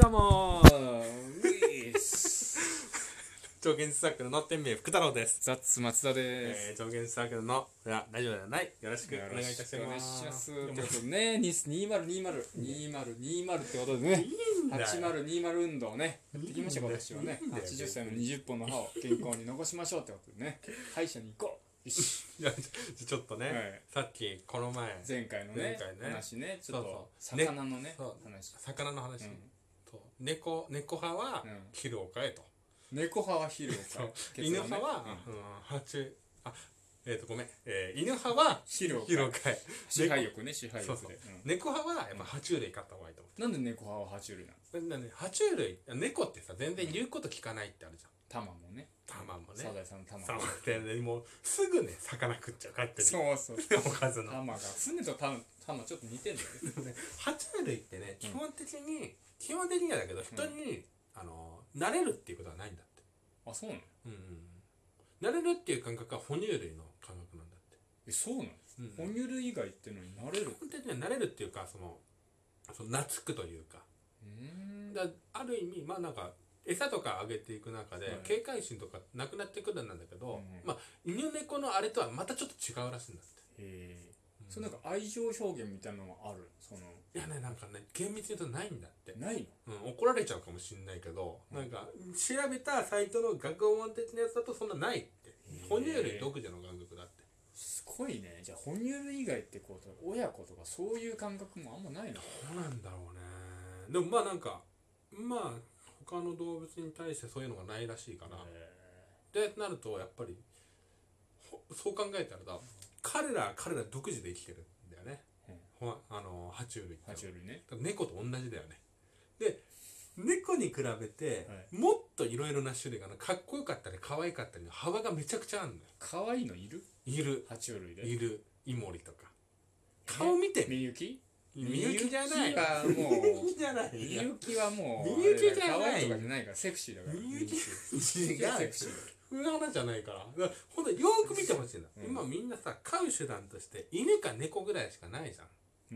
カモンウィース超現実サークルの天命福太郎です。ザッツ松田です、えー、超現実サークルの、いや、大丈夫ではない。よろしくよおろ願いいしたしくお願まいす。しますということでね2020202020 20ってことでね8020運動をねやっていきました今年はねいいんだよ80歳の20本の歯を健康に残しましょうってことでね歯医者に行こうよしいやちょちょっとね、はいさっき、この前、前回の前ね回ね話ねちょっとそうそう魚のねそう話魚の話、うんと猫、猫派はうん、キルを飼えと。猫派は昼を飼そうう犬派は、うん、爬虫、あ、えっ、ー、と、ごめん、えー、犬派は、昼をキル飼をう飼え。支配欲ね支配そう欲そうでうん猫派は、やっぱ爬虫類飼った方がいいと思なんで猫派は爬虫類なのう。なんで、爬虫類、猫ってさ、全然言うこと聞かないってあるじゃん。玉もね卵もねサ。ザエさんの玉さってねもうすぐね魚食っちゃう帰ってるそうそうおかずの 玉が船と玉玉ちょっと似てんだよね爬虫類ってねうん基本的に、基本的にはだけど人に、あの慣れるっていうことはないんだってあそうなのうんうん慣れるっていう感覚は哺乳類の感覚なんだって、えそうなのうん哺乳類以外ってのになれる基本的には慣れるっていうかそのその懐くというかうーんだある意味まあなんか餌とかあげていく中で、はい警戒心とかなくなってくるんだけど、うんまあ犬猫のあれとはまたちょっと違うらしいんだって、へえうんそのなんか愛情表現みたいなのはあるそのいやねなんかね厳密に言うとないんだってないのうん、怒られちゃうかもしんないけど、うんなんか調べたサイトの学問的なやつだとそんなないってへー哺乳類独自の感覚だってすごいねじゃあ哺乳類以外ってこと親子とかそういう感覚もあんまないのどうなんだろうねでもまあなんかまあ他の動物に対してそういうのがないらしいから、へでなるとやっぱりほそう考えたらだ彼らは彼ら独自で生きてるんだよね、ほあの爬虫類ってー爬虫類ね猫と同じだよねで猫に比べて、はもっといろいろな種類があるかっこよかったり可愛かったりの幅がめちゃくちゃあるのよ可愛いのいるいる爬虫類でいるイモリとか顔見てみみゆきみゆきじゃないみゆきはもうみゆきじゃないみゆきはもうみゆきじゃない可愛いとかじゃないからセクシーだからみゆきみゆき違はセうクシーふう花じゃないからだからほんとよーく見てほしいんだ、うん今みんなさ飼う手段として犬か猫ぐらいしかないじゃん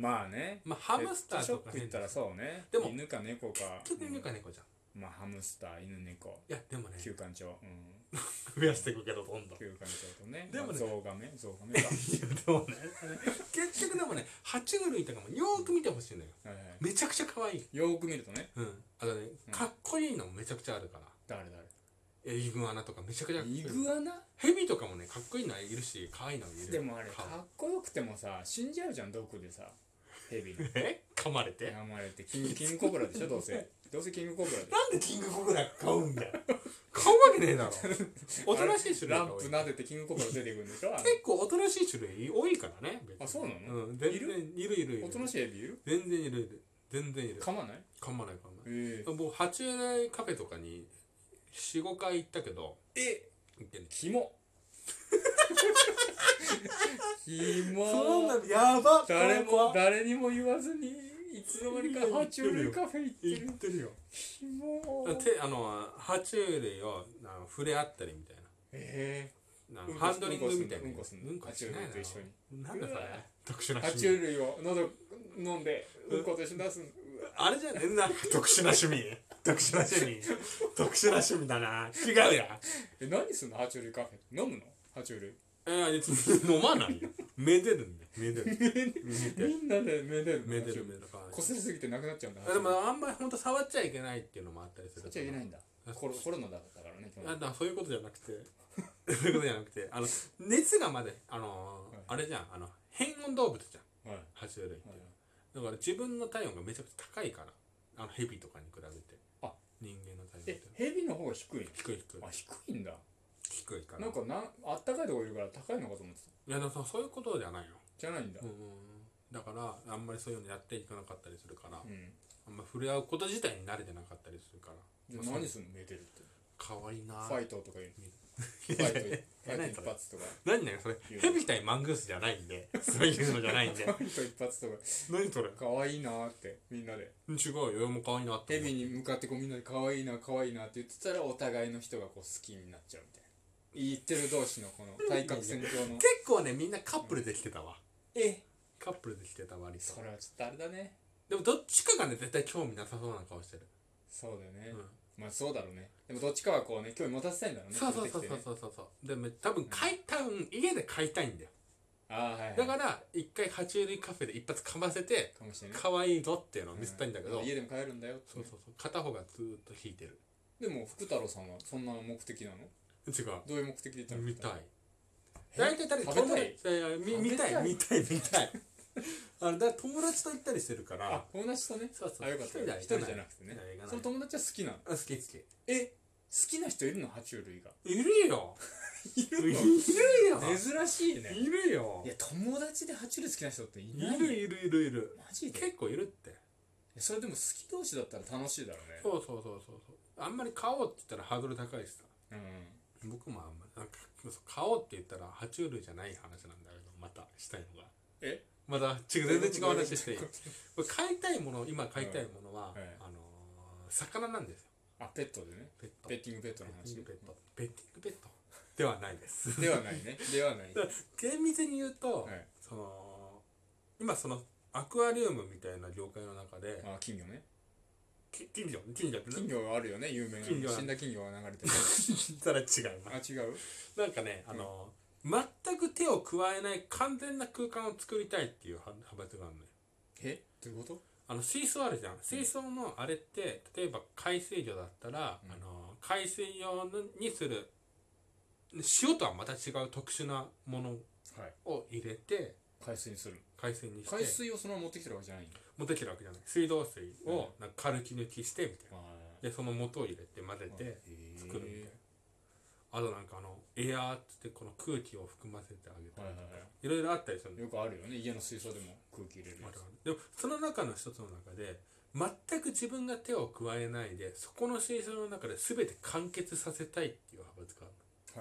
まあねまあハムスターとペットショッかプ行ったらそうねでも犬か猫か結局犬か猫じゃんうんまあハムスター犬猫いやでもね旧館長うん増やしていくけどどんどん旧館長とねでもねまあゾウガメゾウガ メかいやでもね結局でもね爬虫類とかもよーく見てほしいのよはいはいめちゃくちゃ可愛いよーく見るとねうんあとねうんかっこいいのもめちゃくちゃあるから誰誰えイグアナとかめちゃくちゃイグアナヘビとかもねかっこいいのはいるし可愛いのはいるでもあれかかっこよくてもさ死んじゃうじゃん毒でさヘビにえ噛まれて噛まれてキングキングコブラで しょどうせどうせキングコブラでなんでキングコブラ買うんだよ買うわけねえだ ろおとなしい種類ラがン多いプ結撫でてキングコブラ出てくるんでしょあの構おとなしい種類多いからね別にあそうなのうん、全然いいるいるいるおとなしいエビいる全然いるいる全然いる噛まない噛まない噛まないえもう爬虫類カフェとかに45回行ったけどえ行ってね キモキモやば誰も誰にも言わずにいつの間にか爬虫類カフェ行って行るってるよキモ手あの爬虫類をあの触れ合ったりみたいえなあうのんこハンドリングみたいなうんこすんのうんこしないな爬虫類と一緒なんだそれうわ特殊ーな爬趣虫味類を喉飲んでうんこと一緒に出すのうわあれじゃねえな特殊な趣味特殊な趣味特殊な趣味だな違うやえ何すんの爬虫類カフェ飲むの爬虫類えー、別に飲まないよめでるんだよめでるめでるみんなでめでるのめでる爬虫類めでるこすりすぎてなくなっちゃうんだあでもあんまり本当触っちゃいけないっていうのもあったりするそっちゃいけないんだあコロコロナだったからね去あ年だからそういうことじゃなくて そういうことじゃなくてあの熱がまであのーはあいれじゃんあの変温動物じゃんはいは爬い虫類ってだから自分の体温がめちゃくちゃ高いからあのヘビとかに比べてあ人間の体温ってえヘビの方が低いの低い低いあ低いんだ低いからなんかなんあったかいとこいるから高いのかと思ってたいやだからそういうことじゃないよ、じゃないんだうんうんうん、だからあんまりそういうのやっていかなかったりするから、うんあんま触れ合うこと自体に慣れてなかったりするからじゃまああ何そうすんのめでるってかわいいなファイト とか言ういファやイいトやいやファイト一発とか 何だよそれヘビ対マングースじゃないんでそういうのじゃないんで ファイト一発とか何それ可愛いなーってみんなで違うよ俺も可愛いなってヘ思うビに向かってこうみんなで可愛いな可愛いなって言ってたらお互いの人がこう好きになっちゃうみたいな言ってる同士の この対角線上の結構ねみんなカップルで来てたわ、えカップルで来てた割とそれはちょっとあれだねでもどっちかがね絶対興味なさそうな顔してるそうだよね、うんまあそうだろうねでもどっちかはこうね興味持たせたいんだろうねそうそう連れてそうきてそうねそうそうそうでめ多分買い多分家で買いたいんだよああはい、はい、だから一回爬虫類カフェで一発かませてかもしれない可愛いぞっていうのを見せたいんだけど、う家でも帰るんだよそうそうそう片方がずーっと引いてるでも福太郎さんはそんな目的なの違うどういう目的で行ったの見たいえ大体誰か友食べた達いいやいやみ見たい見たい見たいあのだから友達と行ったりしてるからあ友達とねそうそうあよかった一人だ一人じゃなくていねや行かないその友達は好きなのあ好き好きえ好きな人いるの爬虫類がいるよ いいるのよ珍しいねいるよいや友達で爬虫類好きな人っていいないるいるいるいるマジで結構いるってそれでも好き同士だったら楽しいだろうねそうそうそうそうそうあんまり買おうって言ったらハードル高いしさうん僕もあんまりなんかそう買おうって言ったら爬虫類じゃない話なんだけどまたしたいのがえまた違う全然違う話していいこれ買いたいもの今買いたいものは、はいあのー魚なんですよあペットでねペットペッティングペットのベッティン話グペットベッティングペットではないですではな いねではないだから厳密に言うと、はいその今そのアクアリウムみたいな業界の中であ金魚ねき金魚金魚って金魚はあるよね有名金魚なは死んだ金魚が流 れてるたら違うなあ違うなんかね、あの全く手を加えない完全な空間を作りたいっていうは派閥があるのよえどういうことあの水槽あるじゃん水槽のあれって例えば海水魚だったら、うんあの海水用にする塩とはまた違う特殊なものはいを入れて海水にするの海水にして海水をそのまま持ってきてるわけじゃないんだ持ってきてるわけじゃない水道水をなんか軽き抜きしてみたいな、あでその元を入れて混ぜーてへー作るみたいな、あとなんかあのエアーっつってこの空気を含ませてあげたりとか、はいいはいはろいろあったりするのよくあるよね家の水槽でも空気入れるやあるつあるでもその中の一つの中で全く自分が手を加えないでそこの水槽の中で全て完結させたいっていう派閥が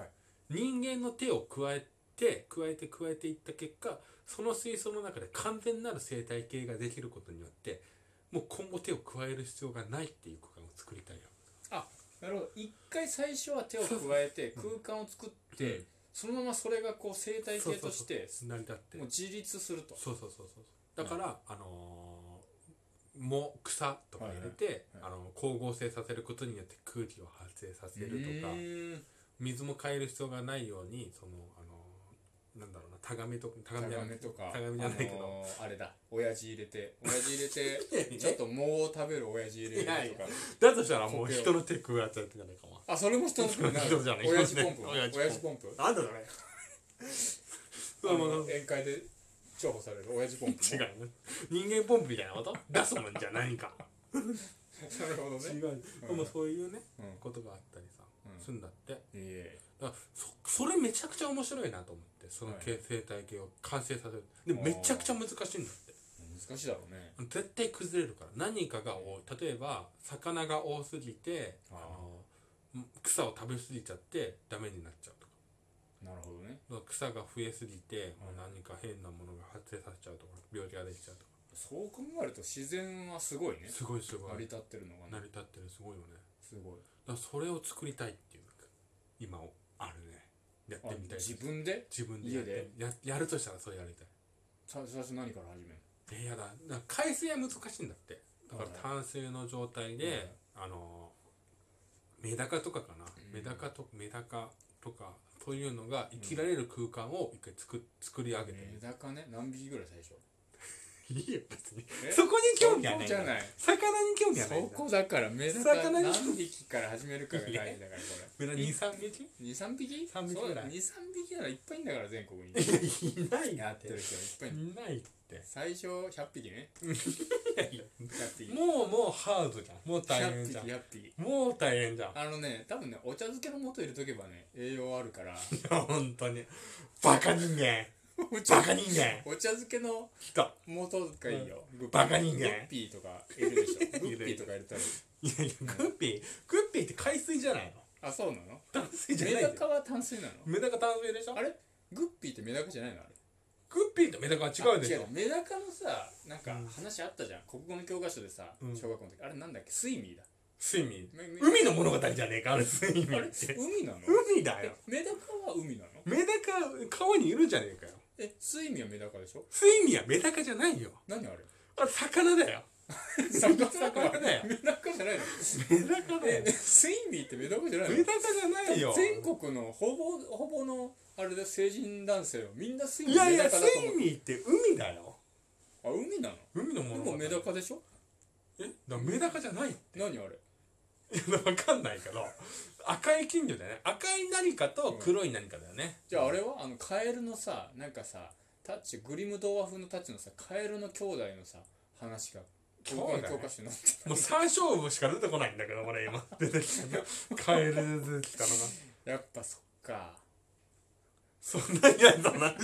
ある、はい人間の手を加えて加えて加えていった結果その水槽の中で完全なる生態系ができることによってもう今後手を加える必要がないっていう空間を作りたいよなるほど一回最初は手を加えて空間を作ってそのままそれがこう生態系として成り立ってもう自立するとそうそうそうそうだから、あのー、藻草とか入れて、はいはあの光合成させることによって空気を発生させるとかうーん水も変える必要がないようにそのあのーなんだろうなタガメとタガメじゃない鏡とか鏡じゃないけどあのーあれだ親父入れて親父入 れていやいやちょっと藻を食べる親父入れるとかいやいや だとしたらもうコケを人の手加えちゃってんじゃないかもあそれも人の手になる人じゃない親父ポンプ親父ポンプ親父ポンプなんだろう ねあまあまあの宴会で重宝される親父ポンプ違うね人間ポンプみたいなこと出すもんじゃないん かなるほど違ねう、でもそういうね、うんことがあったりさ、うんするんだっていえだからそそれめちゃくちゃ面白いなと思ってそのはい形生態系を完成させるでもあーめちゃくちゃ難しいんだって難しいだろうね絶対崩れるから何かが多い例えば魚が多すぎてああーの草を食べ過ぎちゃってダメになっちゃうとかなるほどねだから草が増えすぎてもはうい何か変なものが発生させちゃうとか病気ができちゃうとかそう考えると自然はすごいねすごいすご成りい立ってるのが成ねり立ってるすごいよねすごいだからそれを作りたいっていう今をあるねやってあみたい自分で自分でやって家でややるとしたらそれやりたいさ最初何から始めるえやだなんか海水は難しいんだってだからはい淡水の状態で、あのメダカとかかな、うんメダカとメダカとかそういうのが生きられる空間を一回作作り上げてメみダカね何匹ぐらい最初る、いいよ別に えそこに興味はなそこいじゃない魚に興味はそないんだこだからメダカ魚に何匹から始めるかが大事だからこメダカ23匹れ23匹三匹ぐらいそうだ23匹ならいっぱいいんだから全国にいないやなってる人いっぱいいんだいないって最初100匹 ね100匹もうもうハードじゃんもう大100変匹じゃん100匹もう大変じゃんあのね多分ねお茶漬けの素入れとけばね栄養あるから本当にバカ人間お茶 バカ人間お茶漬けの人素がいいよグッピーバカ人間グッピーとかいるでし ょグッピーとか入れたらいやいや、グッピー、グッピーって海水じゃないのあそうなの淡水じゃないメんだダよカは淡水なのメダカ淡水でしょあれグッピーってメダカじゃないのあれグッピーとメダカは違うでしあょメダカのさなんかうん話あったじゃん、国語の教科書でさうん小学校の時、あれなんだっけスイミーだスイミめーめ海の物語じゃねえか、あれスイミあーれって海なの海だえよメダカは海なのメダカ、川にいるじゃねえかよえスイミーはメダカでしょスイミーはメ ダカじゃないよ何あれあれ魚だよ魚魚だよ メダカじゃないのメダカだよえスインビーってメダカじゃないのメダカじゃないよ全国のほぼほぼのあれだ成人男性はみんなスインいビやーメいダやカだスと思イっミーって海だよあ海なの海のでものもメダカでしょえだからメダカじゃない何あれいやわかんないけど赤い金魚だよね赤い何かと黒い何かだよね、じゃああれはあのカエルのさなんかさタッチグリム童話風のタッチのさカエルの兄弟のさ話が兄弟僕の教科書になってもう山椒魚しか出てこないんだけど俺 今出てきたのカエル出てきたのがやっぱそっかそんなにないだな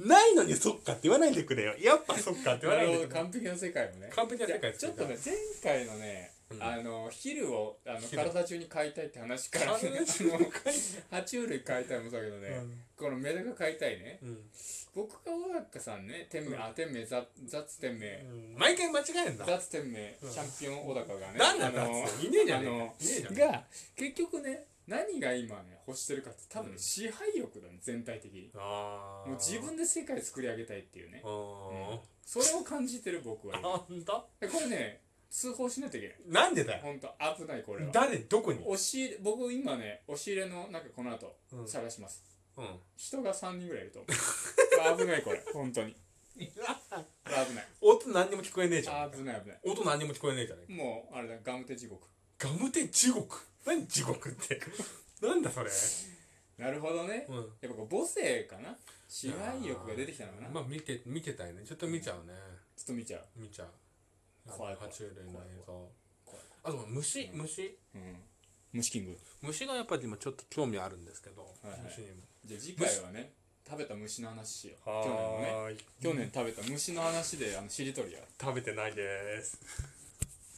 ないのにそっかって言わないでくれよやっぱそっかって言わなないでるほどくれよ完璧な世界もね完璧な世界ちょっとね前回のね、うんあの昼をあの昼体中に飼いたいって話から、ね、体あ中 にの爬虫類飼いたいもそうだけどね、このメダカ飼いたいねうんうん僕が小高さんね天命、うんあ天命雑雑天命うん毎回間違えんだ雑天命うんチャンピオン小高がね、なんだあの雑いねえじゃねえかあいのねえじゃねえが結局ね何が今ね欲してるかって多分、ねうん支配欲だね全体的にあーもう自分で世界作り上げたいっていうねあ、ーそれを感じてる僕は今あほんとでこれね通報しないといけないなんでだよ本当危ないこれは誰どこに押し入れ僕今ね押し入れの中この後うん探します、うん人が3人ぐらいいると 思う危ないこれ本当に危ない音何にも聞こえねえじゃん危ない危ない音何にも聞こえねえじゃねもうあれだガムテ地獄ガムテ地獄何地獄って なんだそれなるほどね、うんやっぱこう母性かな支配欲が出てきたのかな、まあ見て見てたいねちょっと見ちゃうね、ちょっと見ちゃう見ちゃう怖い爬怖い虫類の映像怖いあと虫うん虫うん虫キング虫がやっぱり今ちょっと興味あるんですけど、はいはい虫にもじゃあ次回はね食べた虫の話しよう去年のねはーい去年食べた虫の話であのしりとりやろう食べてないです